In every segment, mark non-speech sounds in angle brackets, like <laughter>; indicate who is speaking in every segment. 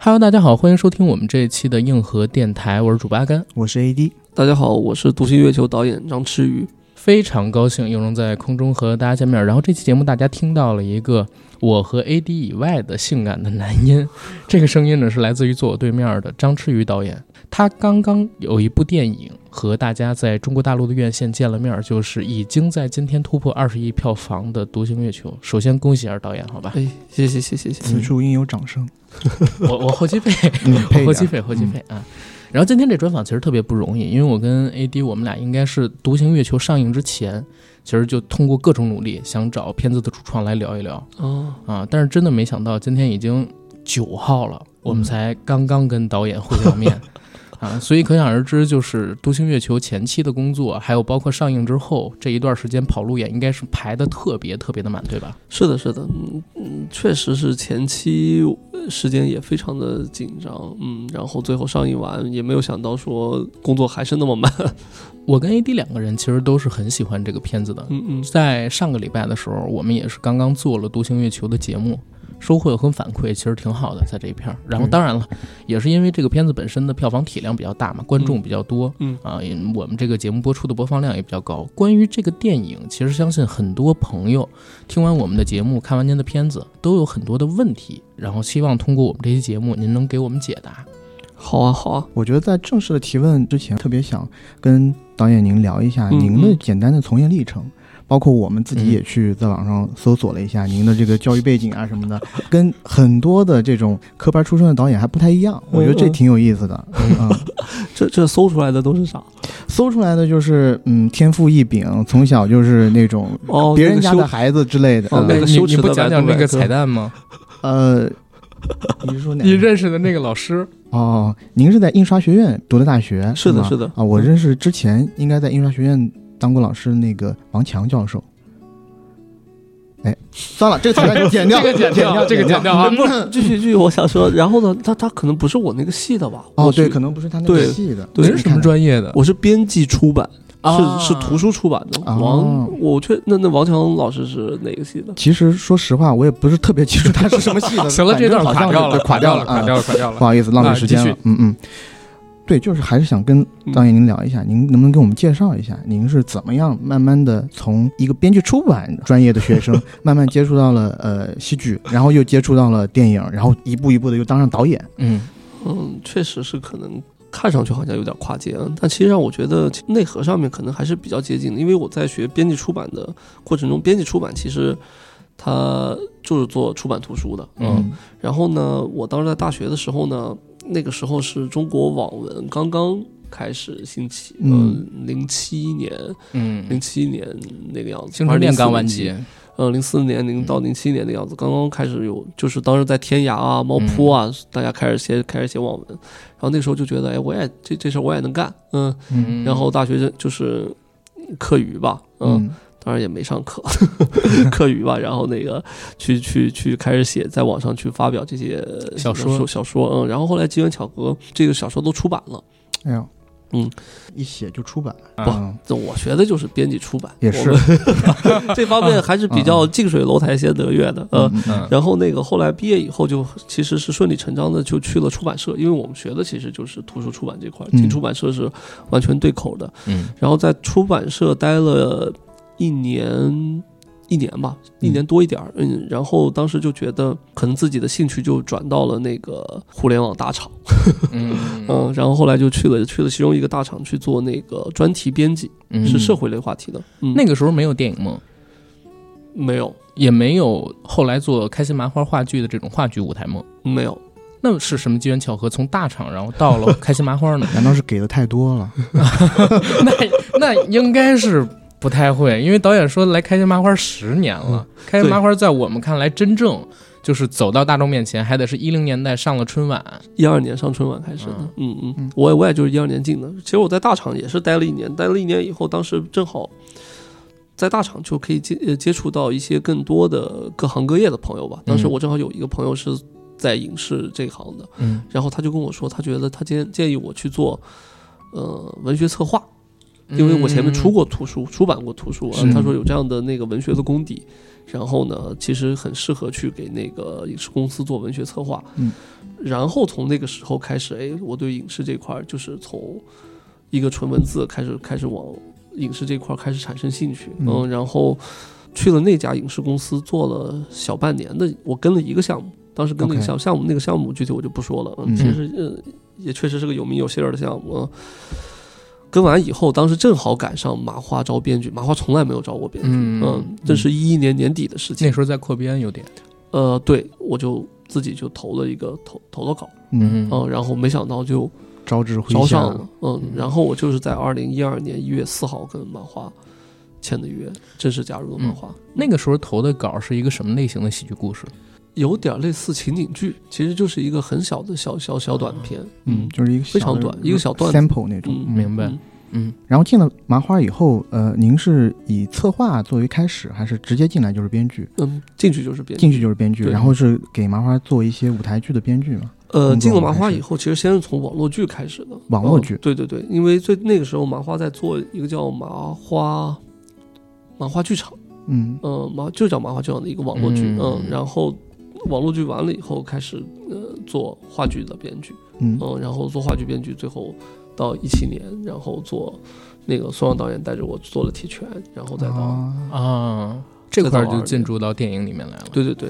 Speaker 1: Hello，大家好，欢迎收听我们这一期的硬核电台，我是主播阿甘，
Speaker 2: 我是 AD，
Speaker 3: 大家好，我是独行月球导演张弛宇。
Speaker 1: 非常高兴又能在空中和大家见面。然后这期节目大家听到了一个我和 AD 以外的性感的男音，这个声音呢是来自于坐我对面的张弛宇导演，他刚刚有一部电影和大家在中国大陆的院线见了面，就是已经在今天突破二十亿票房的《独行月球》。首先恭喜一下导演，好
Speaker 3: <laughs>
Speaker 1: 吧？
Speaker 3: 哎，谢谢谢谢谢谢。
Speaker 2: 此处应有掌声。
Speaker 1: 我我后期费，
Speaker 2: 嗯
Speaker 1: 我
Speaker 2: <laughs> 配
Speaker 1: 后
Speaker 2: 点
Speaker 1: 期费，后期费啊。然后今天这专访其实特别不容易，因为我跟 AD 我们俩应该是《独行月球》上映之前，其实就通过各种努力想找片子的主创来聊一聊
Speaker 3: 哦，
Speaker 1: 啊，但是真的没想到今天已经九号了，我们才刚刚跟导演会上面。啊，所以可想而知，就是《独行月球》前期的工作，还有包括上映之后这一段时间跑路演，应该是排的特别特别的满，对吧？
Speaker 3: 是的，是的，嗯嗯，确实是前期呃时间也非常的紧张，嗯，然后最后上映完也没有想到说工作还是那么慢， <laughs>
Speaker 1: 我跟 AD 两个人其实都是很喜欢这个片子的，
Speaker 3: 嗯嗯，
Speaker 1: 在上个礼拜的时候，我们也是刚刚做了《独行月球》的节目，收获和反馈其实挺好的，在这一片儿。然后
Speaker 2: 嗯
Speaker 1: 当然了，也是因为这个片子本身的票房体量比较大嘛，观众
Speaker 3: 嗯
Speaker 1: 比较多，
Speaker 3: 嗯
Speaker 1: 啊，也我们这个节目播出的播放量也比较高。关于这个电影，其实相信很多朋友听完我们的节目，看完您的片子，都有很多的问题，然后希望通过我们这期节目，您能给我们解答。
Speaker 3: 好啊好啊，
Speaker 2: 我觉得在正式的提问之前，特别想跟导演您聊一下
Speaker 3: 嗯
Speaker 2: 您的
Speaker 3: 嗯
Speaker 2: 简单的从业历程，包括我们自己
Speaker 1: 嗯
Speaker 2: 也去在网上搜索了一下您的这个教育背景啊什么的， <laughs> 跟很多的这种科班出身的导演还不太一样，我觉得这
Speaker 3: 嗯嗯
Speaker 2: 挺有意思的。嗯，
Speaker 3: 这这搜出来的都是啥？
Speaker 2: 搜出来的就是嗯天赋异禀，从小就是那种
Speaker 3: 哦，
Speaker 2: 别人家
Speaker 3: 那
Speaker 2: 的
Speaker 3: 个修
Speaker 2: 孩子之类的。
Speaker 3: 哦那
Speaker 2: 嗯
Speaker 3: 个
Speaker 1: 你
Speaker 3: 羞
Speaker 1: 你
Speaker 3: 耻
Speaker 1: 不
Speaker 3: 的
Speaker 1: 讲
Speaker 3: 百
Speaker 1: 讲
Speaker 3: 度
Speaker 1: 那
Speaker 3: 百
Speaker 1: 个
Speaker 3: 科
Speaker 1: 彩蛋吗？
Speaker 2: 呃，你是说哪个？
Speaker 1: 你认识的那个老师，
Speaker 2: 哦，您是在印刷学院读的大学？
Speaker 3: 是的
Speaker 2: 吗
Speaker 3: 是的
Speaker 2: 啊，我认识之前应该在印刷学院当过老师的那个王强教授。哎，算了，这个彩蛋
Speaker 1: <laughs>
Speaker 2: 就剪掉，
Speaker 1: 这个剪掉
Speaker 2: 掉，
Speaker 1: 这个剪掉啊
Speaker 2: 不
Speaker 3: 继续继续，我想说，然后呢，他他可能不是我那个系的吧？
Speaker 2: 哦，
Speaker 3: 我去
Speaker 2: 对，可能不是他那个
Speaker 3: 对
Speaker 2: 系的，
Speaker 3: 对
Speaker 1: 您是什么专业的？
Speaker 3: 我是编辑出版，
Speaker 1: 啊
Speaker 3: 是是图书出版的。
Speaker 2: 哦
Speaker 3: 王，我确那那王强老师是哪个系的？
Speaker 2: 其实说实话，我也不是特别清楚他是什么系
Speaker 1: <laughs>
Speaker 2: 的。
Speaker 1: 行了，
Speaker 2: 反
Speaker 1: 这
Speaker 2: 正
Speaker 1: 段
Speaker 2: 好
Speaker 1: 垮
Speaker 2: 像
Speaker 1: 掉
Speaker 2: 是
Speaker 1: 了，
Speaker 2: 对垮掉
Speaker 1: 了，垮
Speaker 2: 啊
Speaker 1: 掉了，垮掉了
Speaker 2: 不。好意思，浪
Speaker 1: 啊
Speaker 2: 费时间
Speaker 1: 继
Speaker 2: 了
Speaker 1: 续。
Speaker 2: 嗯嗯，对，就是还是想跟
Speaker 3: 嗯
Speaker 2: 导演您聊一下，您能不能给我们介绍一下，您是怎么样慢慢的从一个编剧出版专业的学
Speaker 3: <laughs>
Speaker 2: 生，慢慢接触到了呃戏剧，然后又接触到了电影，然后一步一步的又当上导演。
Speaker 1: 嗯，
Speaker 3: 嗯，确实是可能看上去好像有点跨界，啊，但其实上我觉得其内核上面可能还是比较接近的，因为我在学编辑出版的过程中，编辑出版其实它就是做出版图书的，
Speaker 1: 嗯
Speaker 3: 然后呢，我当时在大学的时候呢，那个时候是中国网文刚刚开始兴起，
Speaker 2: 嗯
Speaker 3: 呃，零七年，零
Speaker 1: 嗯，
Speaker 3: 七年那个样子，
Speaker 1: 青春恋刚完
Speaker 3: 0407
Speaker 1: 结，
Speaker 3: 呃，零四年、零到零七年的样子，刚刚开始有，就是当时在天涯啊、猫扑啊，大家开始写开始写网文，然后那时候就觉得，哎，我也这这事儿我也能干，嗯，
Speaker 1: 嗯，
Speaker 3: 然后大学就就是课余吧，嗯，
Speaker 2: 嗯
Speaker 3: 当然也没上课， <laughs> 课余吧，然后那个去去去开始写，在网上去发表这些
Speaker 1: 小说
Speaker 3: 小小说，嗯，然后后来机缘巧合，这个小说都出版了。
Speaker 2: 哎呦，
Speaker 3: 嗯，
Speaker 2: 一写就出版了，
Speaker 1: 啊
Speaker 2: 嗯
Speaker 3: 这我学的就是编辑出版，
Speaker 2: 也是
Speaker 3: 我们 <laughs> 这方面还是比较近水楼台先得月的，嗯，
Speaker 2: 嗯嗯
Speaker 1: 嗯
Speaker 3: 然后那个后来毕业以后，就其实是顺理成章的就去了出版社，因为我们学的其实就是图书出版这块儿，
Speaker 2: 嗯
Speaker 3: 进出版社是完全对口的。
Speaker 1: 嗯
Speaker 3: 然后在出版社待了一年，一年吧，一年多一点儿。嗯，然后当时就觉得可能自己的兴趣就转到了那个互联网大厂，
Speaker 1: 嗯
Speaker 3: 嗯，然后后来就去了去了其中一个大厂去做那个专题编辑，
Speaker 1: <laughs> 嗯
Speaker 3: 是社会类话题的。嗯，
Speaker 1: 那个时候没有电影梦，
Speaker 3: 没有
Speaker 1: 也没有后来做开心麻花话剧的这种话剧舞台梦。
Speaker 3: 没有，
Speaker 1: 那是什么机缘巧合，从大厂然后到了开心麻 <laughs> 花呢？
Speaker 2: 难道是给的太多了？
Speaker 1: 那那应该是不太会，因为导演说来开心麻花十年了，开心麻花在我们看来真正就是走到大众面前，还得是一零年代上了春晚，
Speaker 3: 一二年上春晚开始的，嗯嗯，我也我也就是一二年进的。其实我在大厂也是待了一年，待了一年以后，当时正好在大厂就可以接呃接触到一些更多的各行各业的朋友吧。当时
Speaker 1: 嗯
Speaker 3: 我正好有一个朋友是在影视这一行的，
Speaker 1: 嗯
Speaker 3: 然后他就跟我说，他觉得他建建议我去做呃文学策划，因为我前
Speaker 1: 嗯
Speaker 2: 嗯
Speaker 3: 面出过图书，出版过图书啊
Speaker 1: 是。
Speaker 3: 他说有这样的那个文学的功底，然后呢，其实很适合去给那个影视公司做文学策划。
Speaker 2: 嗯，
Speaker 3: 然后从那个时候开始，哎，我对影视这块儿就是从一个纯文字开始，开始往影视这块儿开始产生兴趣，
Speaker 2: 嗯
Speaker 3: 嗯，然后去了那家影视公司做了小半年的，我跟了一个项目，当时跟了一个
Speaker 2: OK
Speaker 3: 项目项目那个项目具体我就不说了，
Speaker 2: 嗯
Speaker 3: 嗯，其实呃也确实是个有名有姓儿的项目。嗯跟完以后，当时正好赶上麻花招编剧，麻花从来没有招过编剧，
Speaker 1: 嗯
Speaker 3: 嗯，这是一一年年底的事情
Speaker 1: 那。时候在扩编有点，
Speaker 3: 呃，对，我就自己就投了一个投投了稿，
Speaker 2: 嗯，
Speaker 1: 哦
Speaker 3: 嗯、然后没想到就
Speaker 2: 招致啊麾
Speaker 3: 招
Speaker 2: 下
Speaker 3: 上了，嗯，然后我就是在二零一二年一月四号跟漫画签的约，正式加入了漫画，
Speaker 1: 那个时候投的稿是一个什么类型的喜剧故事？
Speaker 3: 有点类似情景剧，其实就是一个很小的小小小短片，
Speaker 2: 嗯，就是一个
Speaker 3: 非常
Speaker 2: 小的
Speaker 3: 短一个小段子
Speaker 2: sample 那种，
Speaker 3: 嗯
Speaker 1: 明白
Speaker 3: 嗯，
Speaker 1: 嗯，
Speaker 2: 然后进了麻花以后，呃，您是以策划作为开始，还是直接进来就是编剧？
Speaker 3: 嗯，进去就是编剧，
Speaker 2: 进去就是编剧，
Speaker 3: 对
Speaker 2: 然后是给麻花做一些舞台剧的编剧嘛？
Speaker 3: 呃，进了麻
Speaker 2: 还
Speaker 3: 花
Speaker 2: 是
Speaker 3: 以后，其实先是从网络剧开始的，
Speaker 2: 网络剧
Speaker 3: 呃对对对，因为最那个时候麻花在做一个叫麻花麻花剧场。
Speaker 2: 嗯
Speaker 3: 嗯，麻就叫麻花这样的一个网络剧，
Speaker 1: 嗯
Speaker 3: 嗯，然后网络剧完了以后开始呃做话剧的编剧，
Speaker 2: 嗯
Speaker 3: 嗯，然后做话剧编剧，最后到一七年，然后做那个孙杨导演带着我做了《铁拳》，然后再到、
Speaker 2: 啊，
Speaker 1: 啊，哦这块儿就进驻到电影里面来了。
Speaker 3: 对对对，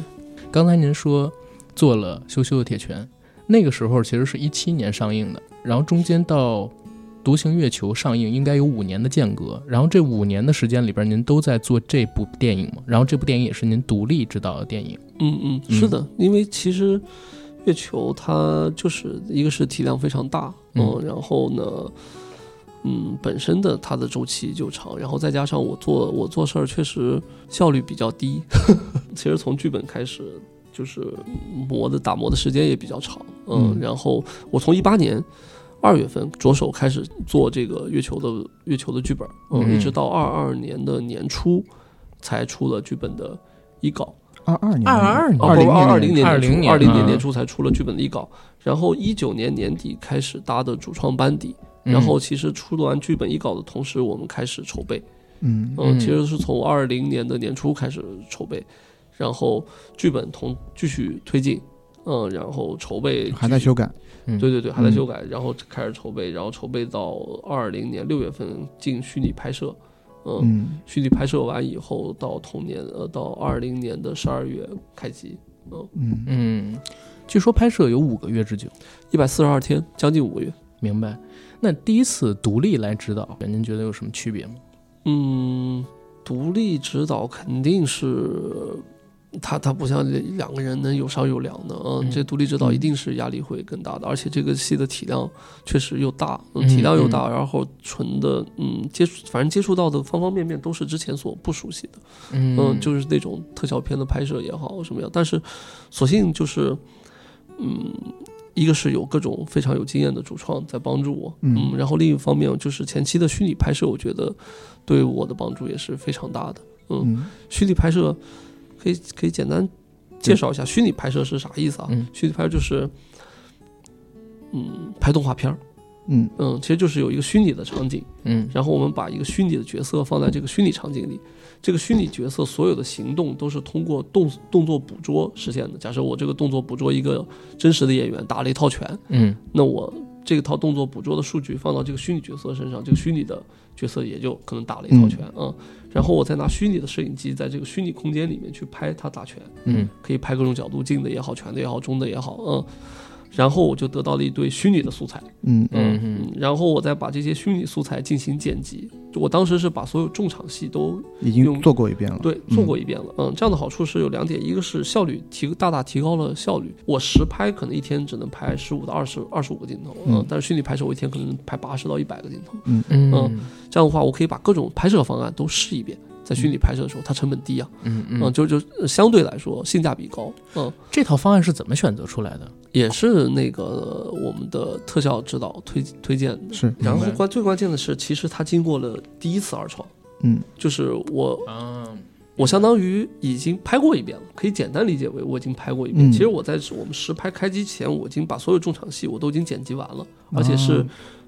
Speaker 1: 刚才您说做了《羞羞的铁拳》，那个时候其实是一七年上映的，然后中间到《独行月球》上映应该有五年的间隔，然后这五年的时间里边，您都在做这部电影嘛？然后这部电影也是您独立执导的电影，
Speaker 3: 嗯嗯，是的，因为其实月球它就是一个是体量非常大，嗯，
Speaker 1: 嗯
Speaker 3: 然后呢。嗯，本身的它的周期就长，然后再加上我做我做事儿确实效率比较低， <laughs> 其实从剧本开始就是磨的打磨的时间也比较长，嗯，
Speaker 2: 嗯
Speaker 3: 然后我从一八年二月份着手开始做这个月球的月球的剧本，嗯，
Speaker 1: 嗯
Speaker 3: 一直到二二年的年初才出了剧本的一稿，
Speaker 2: 二二年，
Speaker 1: 22年
Speaker 3: 哦
Speaker 2: 二零
Speaker 3: 不二零
Speaker 2: 年，
Speaker 3: 年
Speaker 1: 20年
Speaker 3: 二零年
Speaker 1: 嗯
Speaker 3: 年初才出了剧本的一稿，然后一九年年底开始搭的主创班底，
Speaker 1: 嗯
Speaker 3: 然后其实出完剧本一稿的同时，我们开始筹备，
Speaker 2: 嗯
Speaker 1: 嗯
Speaker 3: 嗯，其实是从二零年的年初开始筹备，然后剧本同继续推进，嗯，然后筹备
Speaker 2: 还在
Speaker 3: 继续
Speaker 2: 修改，
Speaker 3: 对对对，还在
Speaker 2: 嗯
Speaker 3: 修改，然后开始筹备，然后筹备到二零年六月份进虚拟拍摄，嗯，
Speaker 2: 嗯
Speaker 3: 虚拟拍摄完以后，到同年呃到二零年的十二月开机，
Speaker 2: 嗯
Speaker 1: 嗯，据说拍摄有五个月之久，
Speaker 3: 一百四十二天，将近五个月。
Speaker 1: 明白？那第一次独立来执导，您觉得有什么区别吗？
Speaker 3: 嗯，独立指导肯定是。他他不像两个人能有商有量的，嗯，
Speaker 1: 嗯
Speaker 3: 这独立指导一定是压力会更大的，而且这个戏的体量确实又大，嗯，体量又大，然后纯的，嗯，接触反正接触到的方方面面都是之前所不熟悉的。
Speaker 1: 嗯
Speaker 3: 嗯，就是那种特效片的拍摄也好什么样，但是所幸就是，嗯，一个是有各种非常有经验的主创在帮助我，
Speaker 2: 嗯
Speaker 3: 嗯，然后另一方面就是前期的虚拟拍摄，我觉得对我的帮助也是非常大的。嗯，
Speaker 2: 嗯
Speaker 3: 虚拟拍摄可以可以简单介绍一下虚拟拍摄是啥意思啊？
Speaker 1: 嗯
Speaker 3: 虚拟拍摄就是，嗯，拍动画片儿，
Speaker 2: 嗯
Speaker 3: 嗯，其实就是有一个虚拟的场景。
Speaker 1: 嗯
Speaker 3: 然后我们把一个虚拟的角色放在这个虚拟场景里，这个虚拟角色所有的行动都是通过动动作捕捉实现的。假设我这个动作捕捉一个真实的演员打了一套拳，
Speaker 1: 嗯
Speaker 3: 那我这套动作捕捉的数据放到这个虚拟角色身上，这个虚拟的角色也就可能打了一套拳啊、嗯然后我再拿虚拟的摄影机在这个虚拟空间里面去拍他打拳，
Speaker 1: 嗯
Speaker 3: 可以拍各种角度，近的也好，全的也好，中的也好，嗯。然后我就得到了一堆虚拟的素材。
Speaker 2: 嗯
Speaker 1: 嗯
Speaker 3: 嗯
Speaker 1: 嗯，
Speaker 3: 然后我再把这些虚拟素材进行剪辑。就我当时是把所有重场戏都
Speaker 2: 已经做过一遍了，
Speaker 3: 对做过一遍了，嗯，这样的好处是有两点，一个是效率提大大提高了效率，我实拍可能一天只能拍十五到二十二十五个镜头，
Speaker 2: 嗯
Speaker 3: 嗯，但是虚拟拍摄我一天可能拍八十到一百个镜头，
Speaker 1: 嗯
Speaker 3: 这样的话我可以把各种拍摄方案都试一遍，在虚拟拍摄的时候它成本低啊，
Speaker 1: 嗯
Speaker 3: 嗯，
Speaker 1: 嗯，
Speaker 3: 就就呃相对来说性价比高，嗯，
Speaker 1: 这套方案是怎么选择出来的？
Speaker 3: 也是那个我们的特效指导推推荐的，
Speaker 2: 是
Speaker 3: 然后
Speaker 1: 明白
Speaker 3: 关最关键的是，其实它经过了第一次二创。
Speaker 2: 嗯
Speaker 3: 就是我
Speaker 1: 啊，
Speaker 3: 我相当于已经拍过一遍了，可以简单理解为我已经拍过一遍。
Speaker 2: 嗯
Speaker 3: 其实我在我们实拍开机前，我已经把所有重场戏我都已经剪辑完了，而且
Speaker 2: 啊
Speaker 3: 是。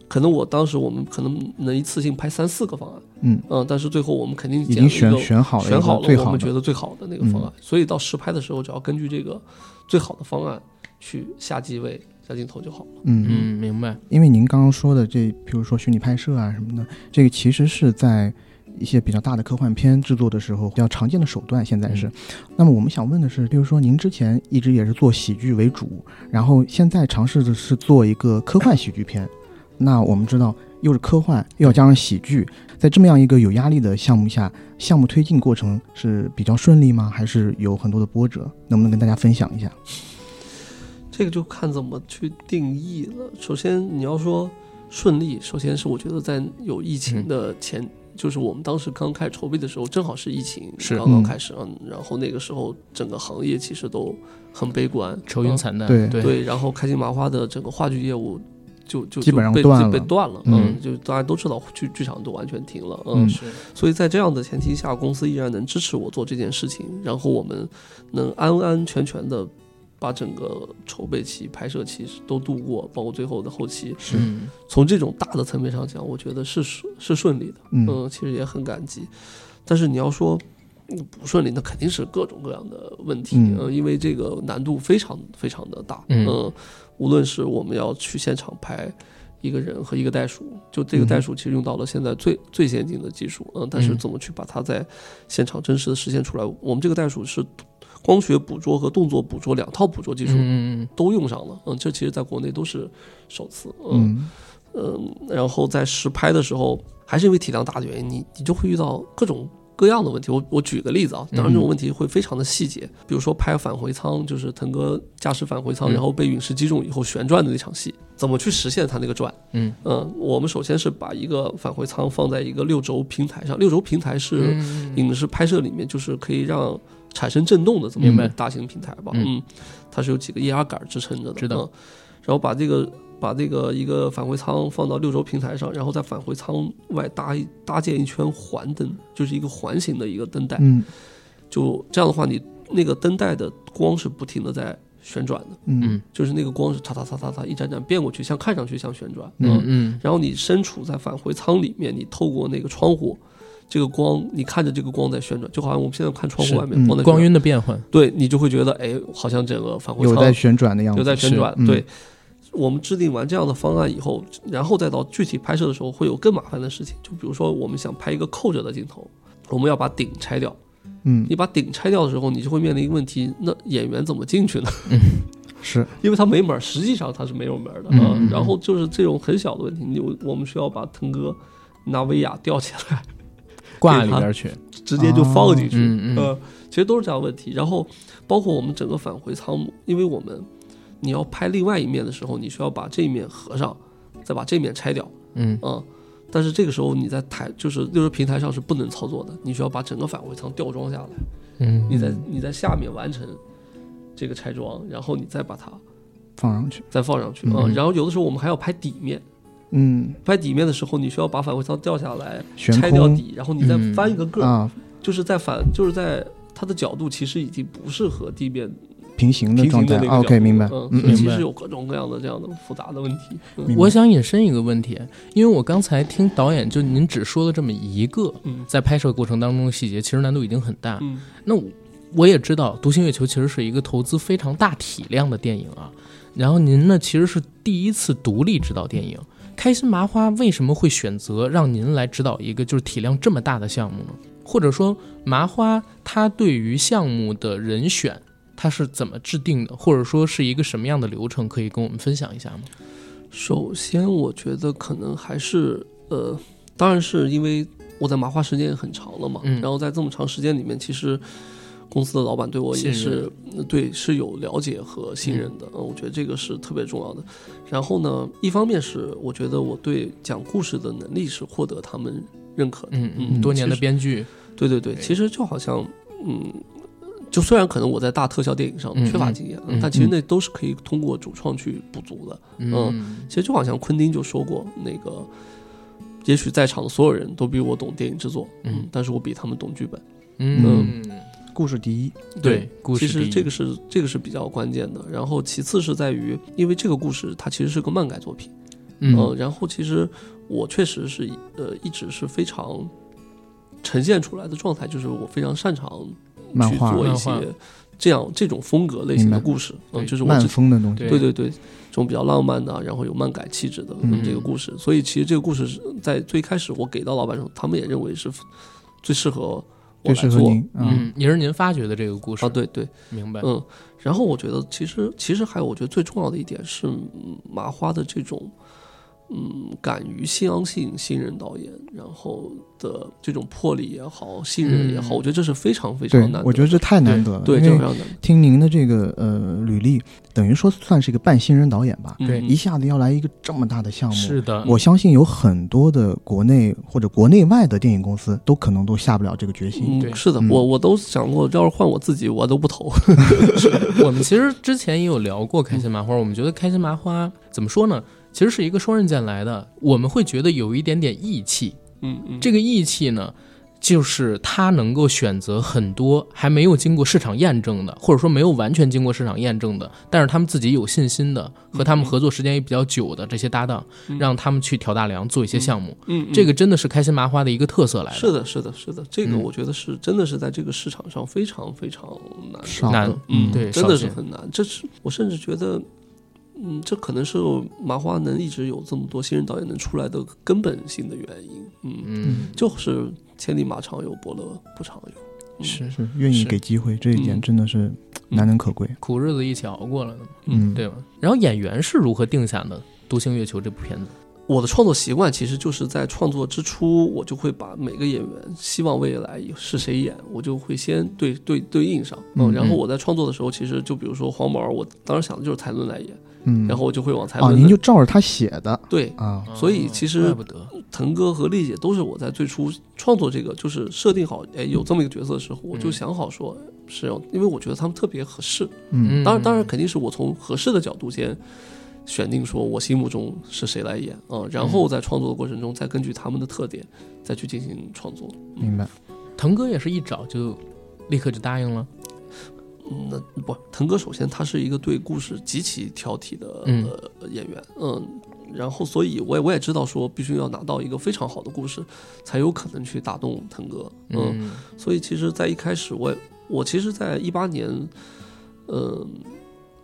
Speaker 3: 可能我当时我们可能能一次性拍三四个方案，
Speaker 2: 嗯
Speaker 3: 嗯，但是最后我们肯定
Speaker 2: 已
Speaker 3: 剪了
Speaker 2: 经
Speaker 3: 一个
Speaker 2: 选选好了一
Speaker 3: 选好
Speaker 2: 个
Speaker 3: 了
Speaker 2: 最
Speaker 3: 我
Speaker 2: 好
Speaker 3: 们觉
Speaker 2: 的，嗯
Speaker 3: 得最好的那个方案，所以到实拍的时候，只要根据这个最好的方案去下机位、下镜头就好了。
Speaker 2: 嗯
Speaker 1: 嗯，明白。
Speaker 2: 因为您刚刚说的这，比如说虚拟拍摄啊什么的，这个其实是在一些比较大的科幻片制作的时候比较常见的手段。现在是，那么我们想问的是，比如说您之前一直也是做喜剧为主，然后现在尝试的是做一个科幻喜剧片。那我们知道，又是科幻，又要加上喜剧，在这么样一个有压力的项目下，项目推进过程是比较顺利吗？还是有很多的波折？能不能跟大家分享一下？
Speaker 3: 这个就看怎么去定义了。首先，你要说顺利，首先是我觉得在有疫情的前，就是我们当时刚开始筹备的时候，正好是疫情
Speaker 1: 是
Speaker 3: 刚刚
Speaker 2: 嗯
Speaker 3: 开始，嗯，然后那个时候整个行业其实都很悲观，嗯
Speaker 1: 愁云惨淡，
Speaker 2: 对
Speaker 1: 哦对
Speaker 3: 对，然后开心麻花的整个话剧业务就就
Speaker 2: 基本上
Speaker 3: 就被
Speaker 2: 断了
Speaker 3: 被断了，
Speaker 2: 嗯
Speaker 3: 嗯，就大家都知道剧剧场都完全停了，
Speaker 2: 嗯
Speaker 3: 嗯，
Speaker 1: 是
Speaker 3: 所以在这样的前提下，公司依然能支持我做这件事情，然后我们能安安全全的把整个筹备期、拍摄期都度过，包括最后的后期，
Speaker 2: 是
Speaker 1: 嗯
Speaker 3: 从这种大的层面上讲，我觉得是顺是顺利的，
Speaker 2: 嗯
Speaker 3: 嗯，其实也很感激，但是你要说。嗯不顺利，那肯定是各种各样的问题，
Speaker 2: 嗯
Speaker 3: 呃因为这个难度非常非常的大，
Speaker 1: 嗯
Speaker 3: 呃无论是我们要去现场拍一个人和一个袋鼠，就这个
Speaker 2: 嗯
Speaker 3: 袋鼠其实用到了现在最、最先进的技术，嗯、但是
Speaker 1: 嗯
Speaker 3: 怎么去把它在现场真实的实现出来？我们这个袋鼠是光学捕捉和动作捕捉两套捕捉技术
Speaker 1: 嗯嗯
Speaker 3: 都用上了，嗯、这其实在国内都是首次，嗯
Speaker 2: 嗯
Speaker 3: 嗯，然后在实拍的时候，还是因为体量大的原因，你你就会遇到各种各样的问题。我我举个例子啊，
Speaker 1: 嗯
Speaker 3: 当然这种问题会非常的细节，比如说拍返回舱，就是腾哥驾驶返回舱，
Speaker 1: 嗯
Speaker 3: 然后被陨石击中以后旋转的那场戏，怎么去实现它那个转？
Speaker 1: 嗯
Speaker 3: 嗯，我们首先是把一个返回舱放在一个六轴平台上，六轴平台是
Speaker 1: 嗯嗯
Speaker 3: 影视拍摄里面就是可以让产生震动的这么
Speaker 1: 明
Speaker 3: 一
Speaker 1: 白
Speaker 3: 个大型平台吧，
Speaker 1: 嗯
Speaker 3: 嗯，它是有几个液压杆支撑着的，
Speaker 1: 知道
Speaker 3: 嗯然后把这个把这个一个返回舱放到六轴平台上，然后在返回舱外搭一搭建一圈环灯，就是一个环形的一个灯带，
Speaker 2: 嗯
Speaker 3: 就这样的话，你那个灯带的光是不停的在旋转的，
Speaker 2: 嗯
Speaker 1: 嗯
Speaker 3: 就是那个光是嚓嚓嚓嚓嚓一盏盏变过去，像看上去像旋转，
Speaker 1: 嗯嗯
Speaker 3: 然后你身处在返回舱里面，你透过那个窗户，这个光，你看着这个光在旋转，就好像我们现在看窗户
Speaker 1: 是
Speaker 3: 外面、
Speaker 2: 嗯
Speaker 3: 光在旋转
Speaker 1: 光，晕的变换，
Speaker 3: 对你就会觉得，哎，好像整个返回
Speaker 2: 有在
Speaker 3: 舱
Speaker 2: 旋转的样子，
Speaker 3: 有在旋转。
Speaker 2: 是嗯
Speaker 3: 对，我们制定完这样的方案以后，然后再到具体拍摄的时候，会有更麻烦的事情，就比如说我们想拍一个扣着的镜头，我们要把顶拆掉。
Speaker 2: 嗯
Speaker 3: 你把顶拆掉的时候，你就会面临一个问题，那演员怎么进去呢？ <laughs>
Speaker 2: 是
Speaker 3: 因为它没门儿，实际上它是没有门儿的
Speaker 1: 嗯
Speaker 3: 啊。
Speaker 1: 嗯嗯
Speaker 3: 然后就是这种很小的问题，你我我们需要把腾哥拿威亚吊起来，
Speaker 1: 挂里边去，
Speaker 3: 直接就放进去。
Speaker 1: 嗯嗯
Speaker 3: 呃，其实都是这样的问题。然后包括我们整个返回舱，因为我们你要拍另外一面的时候，你需要把这一面合上，再把这面拆掉
Speaker 1: 嗯
Speaker 3: 啊、但是这个时候你在台就是六十平台上是不能操作的，你需要把整个返回舱吊装下来，
Speaker 1: 嗯
Speaker 3: 你在你在下面完成这个拆装，然后你再把它
Speaker 2: 放上去，
Speaker 3: 再放上去啊、
Speaker 1: 嗯
Speaker 3: 然后有的时候我们还要拍底面，
Speaker 2: 嗯，
Speaker 3: 拍底面的时候你需要把返回舱吊下来，
Speaker 2: 悬
Speaker 3: 拆掉
Speaker 2: 空
Speaker 3: 底，然后你再
Speaker 1: 嗯
Speaker 3: 翻一个个儿，
Speaker 2: 啊，
Speaker 3: 就是在反，就是在它的角度其实已经不是和地面
Speaker 2: 平行的
Speaker 3: 平
Speaker 2: 状
Speaker 3: 行的
Speaker 2: 态
Speaker 3: 那个角度。
Speaker 2: 啊，OK，明白，
Speaker 3: 嗯，
Speaker 2: 嗯
Speaker 3: 所以
Speaker 1: 明
Speaker 2: 嗯
Speaker 3: 其
Speaker 1: 白
Speaker 3: 实有各种各样的这样的复杂的问题。嗯
Speaker 2: 明白
Speaker 1: 我想引申一个问题，因为我刚才听导演就您只说了这么一个，
Speaker 3: 嗯
Speaker 1: 在拍摄过程当中的细节，其实难度已经很大。
Speaker 3: 嗯，
Speaker 1: 那我我也知道《独行月球》其实是一个投资非常大体量的电影啊。然后您呢，其实是第一次独立执导电影。开心麻花为什么会选择让您来指导一个就是体量这么大的项目呢？或者说，麻花它对于项目的人选，它是怎么制定的，或者说是一个什么样的流程，可以跟我们分享一下吗？
Speaker 3: 首先我觉得可能还是呃，当然是因为我在麻花时间也很长了嘛，
Speaker 1: 嗯
Speaker 3: 然后在这么长时间里面，其实公司的老板对我也
Speaker 1: 信
Speaker 3: 是对是有了解和信任的，嗯，我觉得这个是特别重要的。然后呢，一方面是我觉得我对讲故事的能力是获得他们认可的，
Speaker 1: 嗯
Speaker 3: 嗯
Speaker 1: 多年的
Speaker 3: 其实
Speaker 1: 编剧，
Speaker 3: 对对对，
Speaker 1: 对
Speaker 3: 其实就好像，嗯，就虽然可能我在大特效电影上
Speaker 1: 嗯
Speaker 3: 缺乏经验，啊
Speaker 1: 嗯
Speaker 3: 但其实那都是可以通过主创去补足的。
Speaker 1: 嗯
Speaker 3: 其实就好像昆汀就说过，那个也许在场的所有人都比我懂电影制作，
Speaker 1: 嗯
Speaker 3: 嗯，但是我比他们懂剧本。
Speaker 1: 嗯，
Speaker 2: 故事第一，
Speaker 1: 对，故事
Speaker 3: 其实
Speaker 1: 第一
Speaker 3: 这个是这个是比较关键的。然后其次是在于，因为这个故事它其实是个漫改作品，
Speaker 1: 嗯
Speaker 3: 呃然后其实我确实是呃一直是非常呈现出来的状态，就是我非常擅长
Speaker 2: 漫画
Speaker 3: 去做一
Speaker 1: 漫
Speaker 3: 些
Speaker 1: 画
Speaker 3: 这样这种风格类型的
Speaker 2: 明白
Speaker 3: 故事，嗯，
Speaker 1: 对
Speaker 3: 就是我
Speaker 2: 慢
Speaker 3: 之
Speaker 2: 风的东西，
Speaker 3: 对对对，这种比较浪漫的，然后有漫改气质的、
Speaker 2: 嗯
Speaker 3: 这个故事，所以其实这个故事是在最开始我给到老板的时候，他们也认为是最适合
Speaker 2: 最
Speaker 3: 我来
Speaker 2: 适合
Speaker 3: 做
Speaker 2: 您。嗯，
Speaker 1: 嗯，也是您发掘的这个故事
Speaker 3: 啊，，对对，
Speaker 1: 明白？
Speaker 3: 嗯，然后我觉得其实其实还有我觉得最重要的一点是嗯麻花的这种。嗯，敢于相信新人导演，然后的这种魄力也好，信任也好，
Speaker 1: 嗯
Speaker 3: 我觉得这是非常非常
Speaker 2: 对
Speaker 3: 难得，
Speaker 2: 我觉得这太难得了，
Speaker 3: 对，这
Speaker 2: 因
Speaker 3: 是非
Speaker 2: 为
Speaker 3: 常难得。
Speaker 2: 听您的这个呃履历，等于说算是一个半新人导演吧，
Speaker 1: 对
Speaker 3: 嗯
Speaker 2: 一下子要来一个这么大的项目，
Speaker 1: 是的，
Speaker 2: 我相信有很多的国内或者国内外的电影公司都可能都下不了这个决心。
Speaker 1: 对
Speaker 3: 嗯，是的，
Speaker 2: 嗯
Speaker 3: 我我都想过，要是换我自己，我都不投。
Speaker 1: 我们其实之前也有聊过开心麻
Speaker 3: 嗯
Speaker 1: 花，我们觉得开心麻花怎么说呢？其实是一个双刃剑来的，我们会觉得有一点点义气。
Speaker 3: <laughs> 嗯嗯，
Speaker 1: 这个义气呢，就是它能够选择很多还没有经过市场验证的，或者说没有完全经过市场验证的，但是他们自己有信心的，和他们合作时间也比较久的这些搭档，
Speaker 3: 嗯
Speaker 1: 让他们去挑大梁做一些项目。
Speaker 3: 嗯，嗯
Speaker 1: 这个真的是开心麻花的一个特色来的。
Speaker 3: 是的，是的，是的，这个
Speaker 1: 嗯
Speaker 3: 我觉得是真的是在这个市场上非常非常难
Speaker 2: 少
Speaker 3: 的，
Speaker 2: 的
Speaker 1: 难
Speaker 2: 嗯
Speaker 1: 对
Speaker 3: 真的
Speaker 1: 少
Speaker 3: 是
Speaker 1: 见
Speaker 3: 很难。这是我甚至觉得，嗯，这可能是麻花能一直有这么多新人导演能出来的根本性的原因。嗯，
Speaker 1: 嗯，
Speaker 3: 就是千里马常有，伯乐不常有。嗯
Speaker 1: 是
Speaker 2: 是愿意
Speaker 1: 是
Speaker 2: 给机会，这一点真的是
Speaker 3: 嗯
Speaker 2: 难能可贵。
Speaker 1: 苦日子一起熬过了的嘛，
Speaker 2: 嗯，
Speaker 1: 对吧？然后演员是如何定下的《独行月球》这部片子？
Speaker 3: 我的创作习惯其实就是在创作之初，我就会把每个演员希望未来是谁演，我就会先对对对应上。
Speaker 2: 嗯
Speaker 3: 然后我在创作的时候，其实就比如说黄毛，我当时想的就是蔡伦来演，
Speaker 2: 嗯，
Speaker 3: 然后我就会往蔡
Speaker 2: 啊，
Speaker 3: 伦的。
Speaker 2: 您就照着他写的
Speaker 3: 对
Speaker 2: 啊，
Speaker 1: 哦
Speaker 3: 所以其实
Speaker 1: 怪不得，
Speaker 3: 腾哥和丽姐都是我在最初创作这个，就是设定好，哎，有这么一个角色的时候，我就想好说，是要，因为我觉得他们特别合适。
Speaker 2: 嗯，
Speaker 1: 嗯
Speaker 3: 当然，当然肯定是我从合适的角度先选定，说我心目中是谁来演啊、然后在创作的过程中再根据他们的特点再去进行创作。
Speaker 2: 明白。
Speaker 1: 腾哥也是一找就立刻就答应了。
Speaker 3: 嗯，那不，腾哥首先他是一个对故事极其挑剔的、
Speaker 1: 嗯
Speaker 3: 呃演员，嗯，然后所以我也我也知道说必须要拿到一个非常好的故事，才有可能去打动腾哥，嗯，
Speaker 1: 嗯
Speaker 3: 所以其实，在一开始我也我其实，在一八年，呃，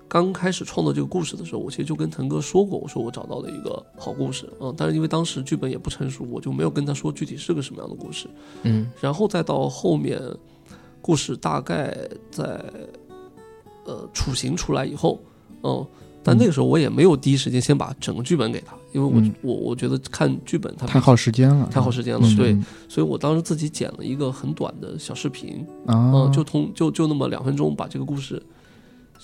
Speaker 3: 刚开始创作这个故事的时候，我其实就跟腾哥说过，我说我找到了一个好故事，嗯、但是因为当时剧本也不成熟，我就没有跟他说具体是个什么样的故事，
Speaker 1: 嗯
Speaker 3: 然后再到后面，故事大概在呃雏形出来以后，嗯，但那个时候我也没有第一时间先把整个剧本给他，因为我、
Speaker 2: 嗯
Speaker 3: 我我觉得看剧本他
Speaker 2: 太耗时间了，
Speaker 3: 太耗时间了，
Speaker 2: 嗯
Speaker 3: 对，
Speaker 2: 嗯
Speaker 3: 所以我当时自己剪了一个很短的小视频，
Speaker 2: 啊
Speaker 3: 嗯，，就通就就那么两分钟把这个故事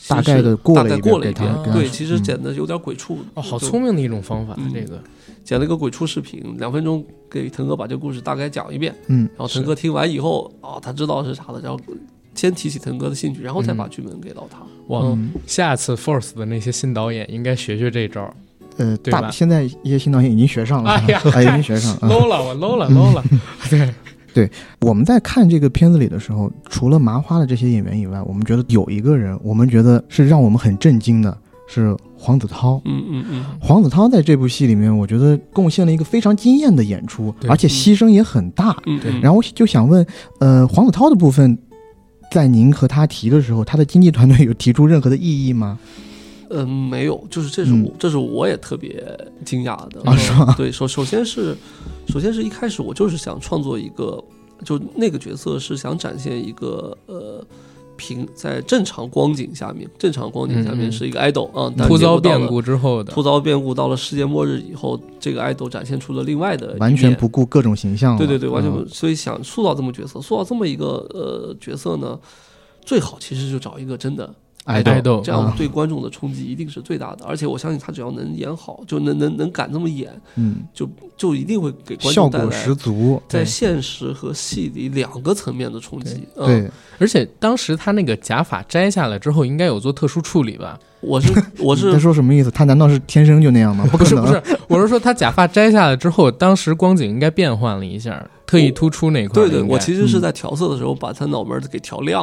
Speaker 2: 大概的过
Speaker 3: 大
Speaker 2: 了
Speaker 3: 概
Speaker 2: 一
Speaker 3: 过
Speaker 2: 遍
Speaker 3: 了
Speaker 2: 给
Speaker 3: 一
Speaker 2: 他
Speaker 3: 遍，
Speaker 1: 给他
Speaker 3: 对，
Speaker 1: 说
Speaker 3: 其实
Speaker 2: 嗯
Speaker 3: 剪的有点鬼畜，
Speaker 1: 哦，好
Speaker 3: 就
Speaker 1: 聪明的一种方法，
Speaker 3: 嗯
Speaker 1: 这个
Speaker 3: 剪了一个鬼畜视频，两分钟给腾哥把这个故事大概讲一遍，
Speaker 2: 嗯，
Speaker 3: 然后腾哥听完以后啊、他知道是啥了，然后先提起腾哥的兴趣，然后再把剧本给到他，
Speaker 1: 哇！
Speaker 2: 嗯
Speaker 1: 下次 Force 的那些新导演应该学学这招。
Speaker 2: 呃，
Speaker 1: 对吧
Speaker 2: 大现在一些新导演已经学上了，
Speaker 1: 哎呀
Speaker 2: 已经
Speaker 1: <laughs>
Speaker 2: 学上了。嗯
Speaker 1: low 了，我 low 了，low <laughs> 了。对，
Speaker 2: 我们在看这个片子里的时候，除了麻花的这些演员以外，我们觉得有一个人，我们觉得是让我们很震惊的，是黄子韬。
Speaker 3: 嗯嗯嗯，
Speaker 2: 黄子韬在这部戏里面，我觉得贡献了一个非常惊艳的演出，
Speaker 1: 对嗯
Speaker 2: 而且牺牲也很大。
Speaker 3: 嗯
Speaker 1: 对
Speaker 2: 然后我就想问，呃，黄子韬的部分，在您和他提的时候，他的经纪团队有提出任何的异议吗？
Speaker 3: 嗯，没有，就是这是我，这是我也特别惊讶的。
Speaker 2: 嗯啊是吗
Speaker 3: <laughs> 对，首首先是，首先是一开始我就是想创作一个，就那个角色是想展现一个呃平在正常光景下面，正常光景
Speaker 1: 嗯
Speaker 3: 下
Speaker 1: 嗯
Speaker 3: 面是一个 idol 啊，但
Speaker 1: 突
Speaker 3: 结
Speaker 1: 遭
Speaker 3: 果到
Speaker 1: 变
Speaker 3: 了，
Speaker 1: 故之后的
Speaker 3: 突，遭变故到了世界末日以后，这个 idol 展现出了另外呃的一
Speaker 2: 完全
Speaker 3: 面
Speaker 2: 不顾各种形象了。
Speaker 3: 对对对，完全
Speaker 2: 嗯
Speaker 3: 不。所以想塑造这么角色，塑造这么一个呃角色呢，最好其实就找一个真的
Speaker 2: 爱
Speaker 1: 爱
Speaker 2: 豆
Speaker 1: 豆
Speaker 3: 这样
Speaker 2: 啊
Speaker 3: 对观众的冲击一定是最大的。而且我相信他只要能演好，就能能能敢这么演，
Speaker 2: 嗯，
Speaker 3: 就一定会给观
Speaker 2: 效
Speaker 3: 众带
Speaker 2: 果十
Speaker 3: 来
Speaker 2: 足。
Speaker 3: 在现实和戏里两个层面的冲击。嗯，
Speaker 2: 对，
Speaker 1: 而且当时他那个假发摘下来之后，应该有做特殊处理吧？
Speaker 2: <laughs>
Speaker 3: 我是我
Speaker 2: 他
Speaker 3: 是
Speaker 2: 说什么意思？他难道是天生就那
Speaker 3: <laughs>
Speaker 2: 样吗？
Speaker 1: 不
Speaker 2: 不可
Speaker 1: 是
Speaker 2: 能，
Speaker 1: 不是， <laughs> 我是说他假发摘下来之后，当时光景应该变换了一下，特意突出那块儿
Speaker 3: 对
Speaker 1: 应该。
Speaker 3: 对，我其实
Speaker 2: 嗯
Speaker 3: 是在调色的时候把他脑门儿给调
Speaker 2: <laughs>
Speaker 3: 亮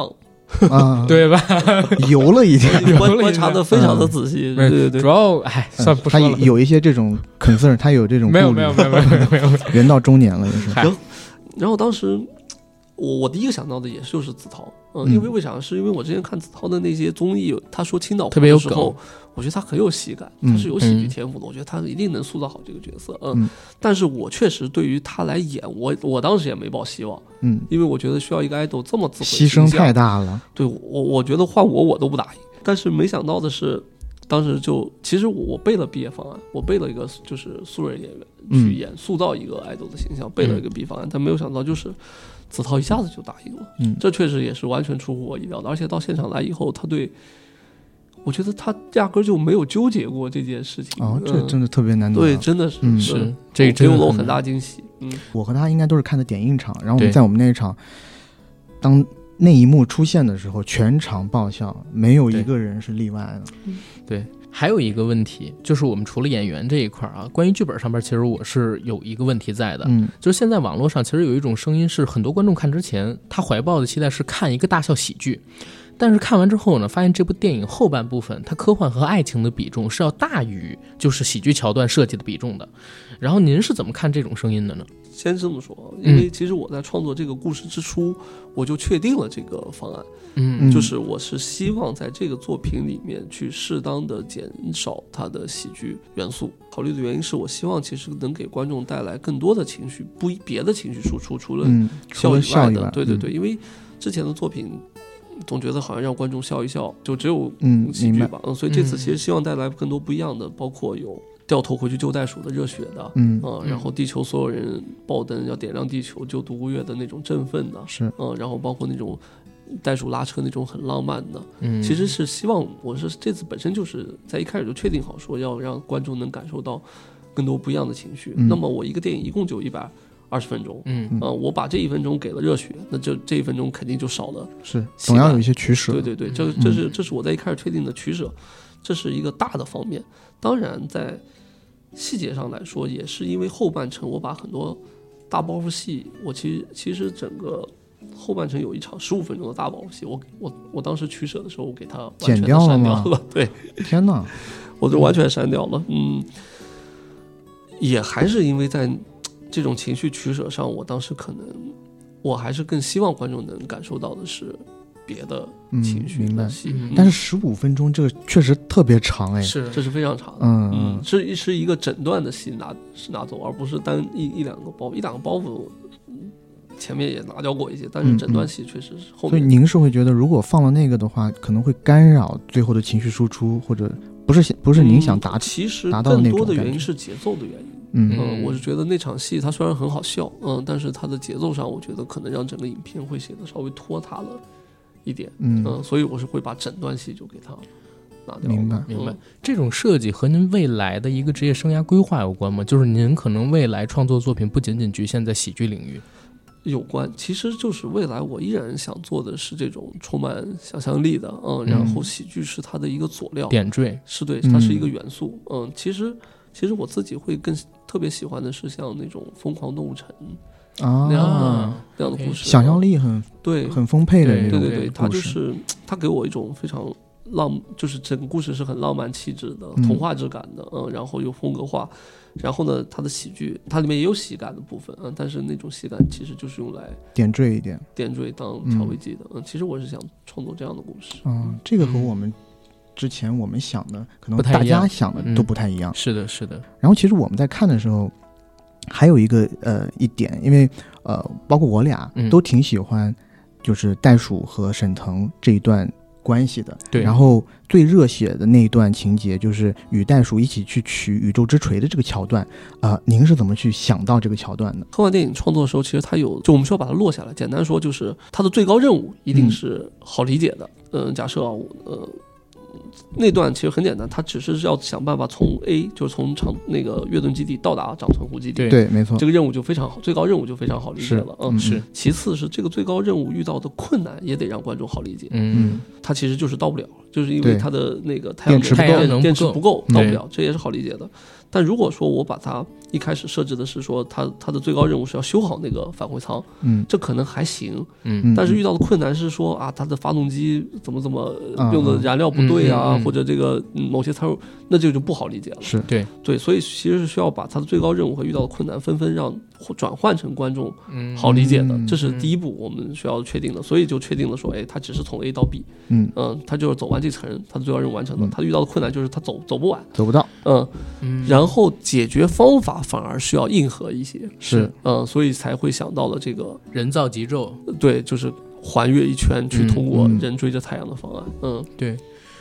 Speaker 3: 了，
Speaker 2: 啊，，
Speaker 1: 对吧？
Speaker 2: <laughs> 油了已
Speaker 1: <laughs>
Speaker 2: 经。
Speaker 3: 观
Speaker 1: 了一
Speaker 3: 观察
Speaker 1: 下
Speaker 3: 的非常的
Speaker 2: 嗯
Speaker 3: 仔细。
Speaker 1: 没
Speaker 3: 对对对
Speaker 1: 主，要哎，算不
Speaker 2: 他
Speaker 1: 说了。
Speaker 2: 有一些这种 concern，他有这种
Speaker 1: 没有
Speaker 2: 顾虑
Speaker 1: 没有没有没有没有没有，
Speaker 2: 人到中年了也是。
Speaker 1: 嗨
Speaker 3: 然后当时。我我第一个想到的也就是子韬，嗯，
Speaker 2: 嗯
Speaker 3: 因为为啥？是因为我之前看子韬的那些综艺，他说青岛话
Speaker 1: 特别有
Speaker 3: 的时候
Speaker 1: 梗，
Speaker 3: 我觉得他很有喜感，
Speaker 2: 嗯
Speaker 3: 他是有喜剧
Speaker 1: 嗯
Speaker 3: 天赋的，我觉得他一定能塑造好这个角色，
Speaker 2: 嗯
Speaker 3: 嗯。但是我确实对于他来演，我我当时也没抱希望，
Speaker 2: 嗯，
Speaker 3: 因为我觉得需要一个 idol 这么自毁
Speaker 2: 牺牲
Speaker 3: 形象
Speaker 2: 太大了，
Speaker 3: 对我，我觉得换我我都不打赢。但是没想到的是，当时就其实我我背了毕业方案，我背了一个就是素人演员
Speaker 2: 嗯
Speaker 3: 去演、塑造一个爱豆的形象，背了一个 B 方案，但没有想到就是子韬一下子就答应了，
Speaker 2: 嗯
Speaker 3: 这确实也是完全出乎我意料的。而且到现场来以后，他对我觉得他压根儿就没有纠结过这件事情。
Speaker 2: 哦，这
Speaker 3: 嗯
Speaker 2: 真的特别难得。
Speaker 3: 对，真的是、
Speaker 2: 嗯
Speaker 1: 是这个
Speaker 3: 给
Speaker 1: 真
Speaker 3: 我
Speaker 1: 的
Speaker 3: 了我
Speaker 1: 很
Speaker 3: 很
Speaker 1: 难
Speaker 3: 大惊喜。嗯，
Speaker 2: 我和他应该都是看的点映场，然后我
Speaker 1: 对
Speaker 2: 们在我们那一场，当那一幕出现的时候，全场爆笑，没有
Speaker 1: 对
Speaker 2: 一个人是例外的。
Speaker 1: 还有一个问题，就是我们除了演员这一块儿啊，关于剧本上边，其实我是有一个问题在的，
Speaker 2: 嗯，
Speaker 1: 就是现在网络上其实有一种声音是，很多观众看之前，他怀抱的期待是看一个大笑喜剧，但是看完之后呢，发现这部电影后半部分，它科幻和爱情的比重是要大于就是喜剧桥段设计的比重的。然后您是怎么看这种声音的呢？
Speaker 3: 先这么说啊，
Speaker 1: 嗯
Speaker 3: 因为其实我在创作这个故事之初，我就确定了这个方案。
Speaker 1: 嗯
Speaker 3: 就是我是希望在这个作品里面去适当的减少它的喜剧元素。考虑的原因是我希望其实能给观众带来更多的情绪，不别的情绪输出，除了
Speaker 2: 嗯，除了
Speaker 3: 以外
Speaker 2: 笑以
Speaker 3: 的。
Speaker 2: 外，嗯
Speaker 3: 对对对，因为之前的作品总觉得好像让观众笑一笑，就只有
Speaker 2: 嗯，嗯，
Speaker 3: 喜
Speaker 2: 明
Speaker 3: 剧
Speaker 2: 白。
Speaker 3: 吧。嗯，所以这次
Speaker 1: 嗯
Speaker 3: 其实希望带来更多不一样的，包括有掉头回去救袋鼠的热血的。
Speaker 2: 嗯，
Speaker 3: 嗯，然后地球所有人爆灯，要点亮地球救独孤月的那种振奋的，
Speaker 2: 是，
Speaker 3: 嗯，然后包括那种袋鼠拉车那种很浪漫的，
Speaker 1: 嗯
Speaker 3: 其实是希望我是这次本身就是在一开始就确定好说要让观众能感受到更多不一样的情绪。
Speaker 2: 嗯
Speaker 3: 那么我一个电影一共就一百二十分钟，
Speaker 1: 嗯
Speaker 3: 呃，我把这一分钟给了热血，那就这一分钟肯定就少了。
Speaker 2: 是，
Speaker 3: 喜
Speaker 2: 总要
Speaker 3: 欢
Speaker 2: 有一些取舍。
Speaker 3: 对对对，
Speaker 2: 嗯
Speaker 3: 这这是这是我在一开始确定的取舍，这是一个大的方面。当然在细节上来说，也是因为后半程我把很多大包袱戏，我其实其实整个。后半程有一场十五分钟的大包袱戏，我我我当时取舍的时候，我给它完全
Speaker 2: 剪
Speaker 3: 地
Speaker 2: 掉了
Speaker 3: 删
Speaker 2: 吗
Speaker 3: 了 <laughs> 对，
Speaker 2: 天哪，
Speaker 3: 我就完全删掉了。嗯，也还是因为在嘖这种情绪取舍上，我当时可能我还是更希望观众能感受到的是别的
Speaker 2: 嗯
Speaker 3: 情，绪
Speaker 2: 明白
Speaker 3: 的。戏，
Speaker 1: 嗯
Speaker 2: 但是十五分钟这个确实特别长哎。
Speaker 1: 是
Speaker 3: 这是非常长的。
Speaker 2: 嗯
Speaker 3: 嗯，是是一个诊断的戏拿是拿走，而不是单一一两个包袱一两个包袱，嗯前面也拿掉过一些，但是
Speaker 2: 嗯
Speaker 3: 诊断戏确实是后
Speaker 2: 所以
Speaker 3: 面
Speaker 2: 您是会觉得，如果放了那个的话，可能会干扰最后的情绪输出，或者不是不
Speaker 3: 不
Speaker 2: 是您想达成。
Speaker 3: 嗯其实
Speaker 2: 达到的
Speaker 3: 更
Speaker 2: 那
Speaker 3: 多
Speaker 2: 种
Speaker 3: 的原
Speaker 2: 感
Speaker 3: 因
Speaker 2: 觉
Speaker 3: 是节奏的原因。
Speaker 2: 嗯
Speaker 1: 嗯
Speaker 3: 嗯，我是觉得那场戏它虽然很好笑，嗯，但是它的节奏上，我觉得可能让整个影片会显得稍微拖沓了一点，
Speaker 2: 嗯，
Speaker 3: 嗯，所以我是会把整段戏就给它拿掉。
Speaker 2: 明白。
Speaker 1: 明白
Speaker 3: 嗯，
Speaker 1: 这种设计和您未来的一个职业生涯规划有关吗？就是您可能未来创作作品不仅仅局限在喜剧领域。
Speaker 3: 有关，其实就是未来我依然想做的是这种充满想象力的，嗯，然后喜剧是它的一个佐料，
Speaker 1: 点缀，
Speaker 3: 是对，
Speaker 2: 嗯
Speaker 3: 它是一个元素。嗯，其实其实我自己会更特别喜欢的是像那种《疯狂动物城》那样的、
Speaker 2: 啊，
Speaker 3: 那嗯样的故事，
Speaker 2: 想象力很
Speaker 3: 对
Speaker 2: 很丰沛的
Speaker 1: 对
Speaker 2: 那
Speaker 3: 对
Speaker 2: 种
Speaker 3: 对对，它
Speaker 2: 故
Speaker 3: 就
Speaker 2: 事，
Speaker 3: 是它给我一种非常浪，就是整个故事是很浪漫气质的、
Speaker 2: 嗯
Speaker 3: 童话质感的，嗯，然后有风格化，然后呢，它的喜剧它里面也有喜感的部分，嗯，但是那种喜感其实就是用来
Speaker 2: 点缀一点。
Speaker 3: 点缀当
Speaker 2: 嗯
Speaker 3: 调味剂的，嗯，其实我是想创作这样的故事，
Speaker 2: 嗯，这个和
Speaker 1: 嗯
Speaker 2: 我们之前我们想的，可能
Speaker 1: 不太
Speaker 2: 大
Speaker 1: 一样
Speaker 2: 家想
Speaker 3: 嗯
Speaker 2: 的都不太一样。
Speaker 1: 是的，是的，
Speaker 2: 然后其实我们在看的时候，还有一个呃一点，因为呃，包括我俩
Speaker 1: 嗯
Speaker 2: 都挺喜欢，就是袋鼠和沈腾这一段关系的。
Speaker 1: 对
Speaker 2: 然后最热血的那一段情节，就是与袋鼠一起去取宇宙之锤的这个桥段。呃，您是怎么去想到这个桥段的？
Speaker 3: 科幻电影创作的时候，其实它有，就我们需要把它落下来。简单说，就是它的最高任务一定是好理解的。嗯、假设啊，我呃，那段其实很简单，它只是要想办法从 A，就是从长那个越盾基地到达长存湖基地。
Speaker 1: 对
Speaker 2: 对，没错
Speaker 3: 这，个任务就非常好，最高任务就非常好理解
Speaker 2: 是
Speaker 3: 了。嗯，
Speaker 1: 是，
Speaker 3: 其次是这个最高任务遇到的困难也得让观众好理解，
Speaker 1: 嗯，
Speaker 3: 它其实就是到不了，就是因为
Speaker 2: 对
Speaker 3: 它的那个太阳
Speaker 2: 电池不
Speaker 3: 能
Speaker 2: 够
Speaker 1: 太阳能
Speaker 3: 电池
Speaker 1: 不
Speaker 3: 不够，
Speaker 1: 嗯
Speaker 3: 到不了，这也是好理解的。但如果说我把它一开始设置的是说它它的最高任务是要修好那个返回舱，
Speaker 2: 嗯
Speaker 3: 这可能还行，
Speaker 1: 嗯
Speaker 2: 嗯，
Speaker 3: 但是遇到的困难是说啊，它的发动机怎么怎么
Speaker 2: 嗯
Speaker 3: 用的燃料不对啊，
Speaker 1: 嗯嗯嗯
Speaker 3: 或者这个嗯某些参数，那这个就不好理解了。
Speaker 2: 是
Speaker 1: 对，
Speaker 3: 对，所以其实是需要把它的最高任务和遇到的困难纷纷让或转换成观众
Speaker 1: 嗯
Speaker 3: 好理解的，
Speaker 2: 嗯
Speaker 3: 这是第一步我们需要确定的，所以就确定了说，哎，他只是从 A 到 B，
Speaker 2: 嗯，
Speaker 3: 嗯，他就是走完这层，他的最高任务完成了，
Speaker 2: 嗯
Speaker 3: 他遇到的困难就是他走走不完，
Speaker 2: 走不到，
Speaker 3: 嗯，
Speaker 1: 嗯
Speaker 3: 然后解决方法反而需要硬核一些，
Speaker 2: 是
Speaker 3: 嗯，所以才会想到了这个，呃
Speaker 1: 人造极昼，
Speaker 3: 对，就是环越一圈去通过
Speaker 2: 嗯嗯
Speaker 3: 人追着太阳的方案，嗯
Speaker 1: 对，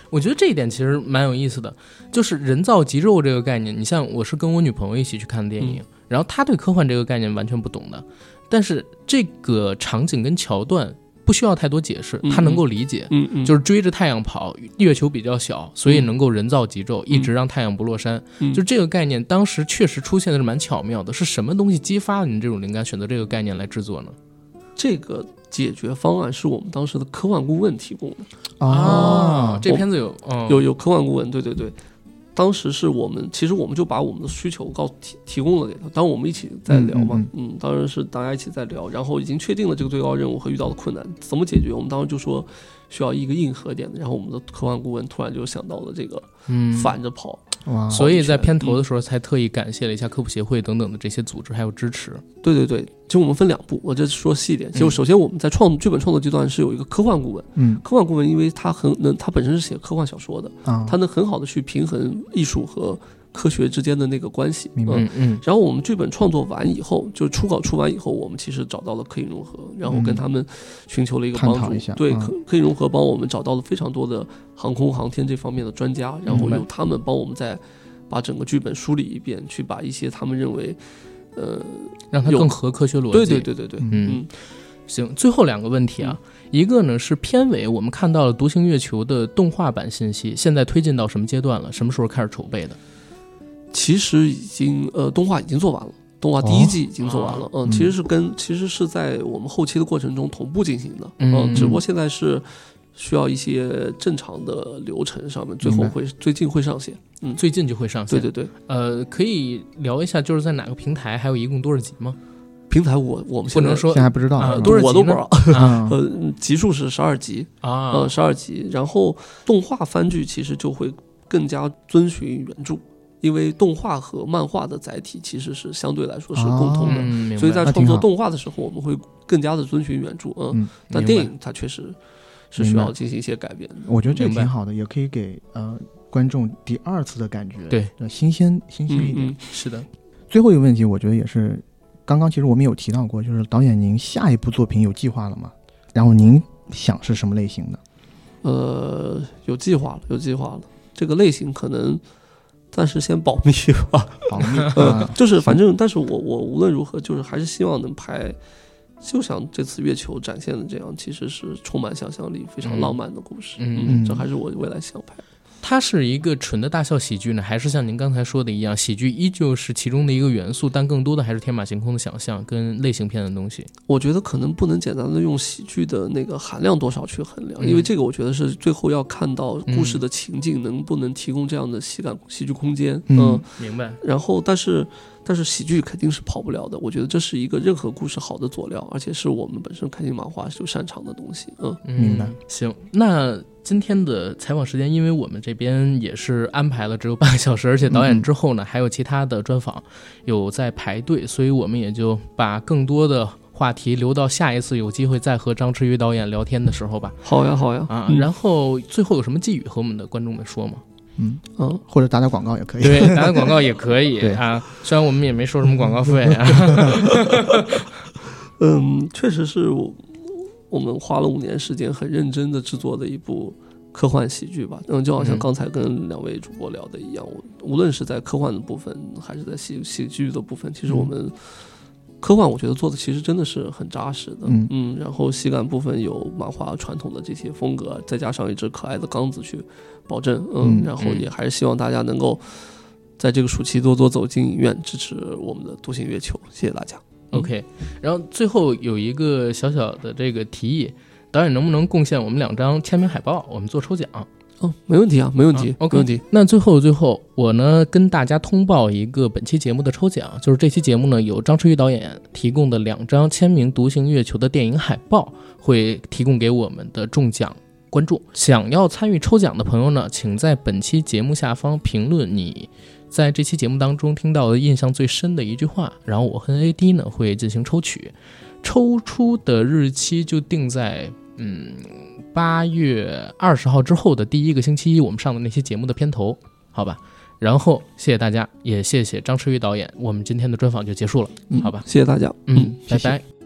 Speaker 1: 我觉得这一点其实蛮有意思的，就是人造极昼这个概念。你像我是跟我女朋友一起去看的电影，然后她对科幻这个概念完全不懂的，但是这个场景跟桥段不需要太多解释，
Speaker 3: 嗯
Speaker 1: 她能够理解。
Speaker 3: 嗯嗯，
Speaker 1: 就是追着太阳跑，月球比较小，所以能够人造极昼，一直让太阳不落山。
Speaker 3: 嗯
Speaker 1: 就这个概念，当时确实出现的是蛮巧妙的。是什么东西激发了你这种灵感，选择这个概念来制作呢？
Speaker 3: 这个解决方案是我们当时的科幻顾问提供的，
Speaker 2: 哦
Speaker 1: 啊，这
Speaker 3: 我
Speaker 1: 片子有，嗯
Speaker 3: 有有科幻顾问，对对对。当时是我们，其实我们就把我们的需求告提提供了给他。当然我们一起在聊嘛，嗯当然是大家一起在聊，然后已经确定了这个最高任务和遇到的困难怎么解决。我们当时就说需要一个硬核点的，然后我们的科幻顾问突然就想到了这个
Speaker 1: 嗯
Speaker 3: 反着跑。
Speaker 2: 哇，
Speaker 1: 所以在片头
Speaker 3: 嗯
Speaker 1: 的时候才特意感谢了一下科普协会等等的这些组织还有支持。
Speaker 3: 对对对，其实我们分两步，我这说细一点。就
Speaker 1: 嗯
Speaker 3: 首先我们在创剧本创作阶段是有一个科幻顾问，
Speaker 2: 嗯
Speaker 3: 科幻顾问因为他很能，他本身是写科幻小说的，
Speaker 2: 啊，
Speaker 3: 他能很好的去平衡艺术和科学之间的那个关系。
Speaker 2: 明白
Speaker 3: 嗯
Speaker 1: 嗯嗯
Speaker 3: 然后我们剧本创作完以后，就是初稿出完以后，我们其实找到了可以融合，然后跟他们寻求了一个帮
Speaker 2: 探讨
Speaker 3: 助。
Speaker 2: 一下
Speaker 3: 对，
Speaker 2: 嗯
Speaker 3: 可可以融合帮我们找到了非常多的航空航天这方面的专家，然后
Speaker 1: 明白
Speaker 3: 由他们帮我们再把整个剧本梳理一遍，去把一些他们认为，呃，
Speaker 1: 让它
Speaker 3: 有
Speaker 1: 更合科学逻辑。
Speaker 3: 对对对对对，
Speaker 1: 嗯
Speaker 3: 嗯，
Speaker 1: 行，最后两个问题啊，一个呢是片尾我们看到了《独行月球》的动画版信息，现在推进到什么阶段了？什么时候开始筹备的？
Speaker 3: 其实已经呃，动画已经做完了。动画第一季已经做完了，
Speaker 1: 哦
Speaker 3: 嗯，
Speaker 2: 嗯
Speaker 3: 其实是跟其实是在我们后期的过程中同步进行的，呃
Speaker 1: 嗯
Speaker 3: 只不过现在是需要一些正常的流程上面，最后
Speaker 2: 明白
Speaker 3: 会最近会上线，嗯，
Speaker 1: 最近就会上
Speaker 3: 对
Speaker 1: 线。
Speaker 3: 对对，
Speaker 1: 呃，可以聊一下，就是在哪个平台，还有一共多少集吗？
Speaker 3: 平台我我
Speaker 1: 不
Speaker 3: 们现在嗯
Speaker 1: 能说
Speaker 2: 现在还不知道
Speaker 1: 啊
Speaker 2: 是吧
Speaker 1: 多少集
Speaker 3: 我都不知道，
Speaker 2: <laughs> 啊
Speaker 3: 呃，集数是十二集，
Speaker 1: 啊
Speaker 3: 呃，，十二集，然后动画番剧其实就会更加遵循原著，因为动画和漫画的载体其实是相对来说是共同的，
Speaker 1: 嗯，明白
Speaker 3: 所以在
Speaker 2: 那
Speaker 3: 创
Speaker 2: 挺
Speaker 3: 作
Speaker 2: 好
Speaker 3: 动画的时候，我们会更加的遵循原著，嗯，
Speaker 2: 嗯
Speaker 3: 但
Speaker 1: 明白
Speaker 3: 电影它确实是需
Speaker 2: 明白
Speaker 3: 要进行一些改变的，
Speaker 2: 我觉得这个
Speaker 1: 明白
Speaker 2: 挺好的，也可以给呃观众第二次的感觉，呃
Speaker 1: 对，
Speaker 2: 新鲜新鲜一
Speaker 3: 嗯
Speaker 2: 点。
Speaker 3: 嗯，
Speaker 1: 是的，
Speaker 2: 最后一个问题，我觉得也是刚刚其实我们有提到过，就是导演您下一部作品有计划了吗？然后您想是什么类型的？
Speaker 3: 呃，有计划了，有计划了，这个类型可能暂时先保密吧。 <laughs>
Speaker 2: 保
Speaker 1: <laughs>
Speaker 2: 密
Speaker 3: 呃
Speaker 2: 啊，，
Speaker 3: 就是反正，但是我我无论如何，就是还是希望能拍，就像这次月球展现的这样，其实是充满想象力、非常浪漫的故事。
Speaker 1: 嗯
Speaker 2: 嗯
Speaker 3: 这还是我未来想拍。
Speaker 1: 它是一个纯的大笑喜剧呢，还是像您刚才说的一样，喜剧依旧是其中的一个元素，但更多的还是天马行空的想象跟类型片的东西。
Speaker 3: 我觉得可能不能简单的用喜剧的那个含量多少去衡量，
Speaker 1: 嗯
Speaker 3: 因为这个我觉得是最后要看到故事的情境能不能提供这样的喜感喜剧空间。
Speaker 2: 嗯
Speaker 1: 明白，
Speaker 3: 然后但是但是喜剧肯定是跑不了的，我觉得这是一个任何故事好的佐料，而且是我们本身开心麻花就擅长的东西。嗯，
Speaker 2: 明白
Speaker 1: 嗯。行，那今天的采访时间，因为我们这边也是安排了只有半个小时， <laughs> 而且导
Speaker 2: 嗯
Speaker 1: 演之后呢、还有其他的专访有在排队，所以我们也就把更多的话题留到下一次有机会再和张弛宇导演聊天的时候吧。
Speaker 3: 好呀好呀
Speaker 1: 啊，
Speaker 3: 嗯
Speaker 1: 然后最后有什么寄语和我们的观众们说
Speaker 2: <laughs>
Speaker 1: 吗？
Speaker 2: 嗯，
Speaker 3: 嗯。
Speaker 2: 或者打打广告也可以。
Speaker 1: 对，打打广告也可以
Speaker 2: 对
Speaker 1: 啊，虽然我们也没收什么广告费啊。
Speaker 2: <laughs>
Speaker 3: 嗯，确实是我我们花了五年时间很认真的制作的一部科幻喜剧吧。嗯，就好像
Speaker 1: 嗯
Speaker 3: 刚才跟两位主播聊的一样，我无论是在科幻的部分还是在喜喜剧的部分，其实
Speaker 1: 嗯
Speaker 3: 我们科幻我觉得做的其实真的是很扎实的。
Speaker 2: 嗯
Speaker 3: 然后喜感部分有漫画传统的这些风格，再加上一只可爱的刚子去保证。嗯，
Speaker 2: 嗯
Speaker 3: 然后
Speaker 1: 嗯
Speaker 3: 也还是希望大家能够。在这个暑期多多走进影院，支持我们的《独行月球》，谢谢大家。
Speaker 1: OK，然后最后有一个小小的这个提议，导演能不能贡献我们两张签名海报，我们做抽奖？
Speaker 3: 哦，没问题啊，没问题，
Speaker 1: 啊，OK
Speaker 3: 没问题。
Speaker 1: 那最后最后，我呢跟大家通报一个本期节目的抽奖，就是这期节目呢有张弛宇导演提供的两张签名《独行月球》的电影海报，会提供给我们的中奖。观众想要参与抽奖的朋友呢，请在本期节目下方评论你在这期节目当中听到的印象最深的一句话，然后我和 AD 呢会进行抽取，抽出的日期就定在嗯八月二十号之后的第一个星期一，我们上的那期节目的片头，好吧？然后谢谢大家，也谢谢张弛宇导演，我们今天的专访就结束了，
Speaker 2: 嗯
Speaker 1: 好吧？
Speaker 3: 谢谢大家，
Speaker 1: 嗯，
Speaker 3: 谢
Speaker 1: 拜
Speaker 3: 谢
Speaker 1: 拜。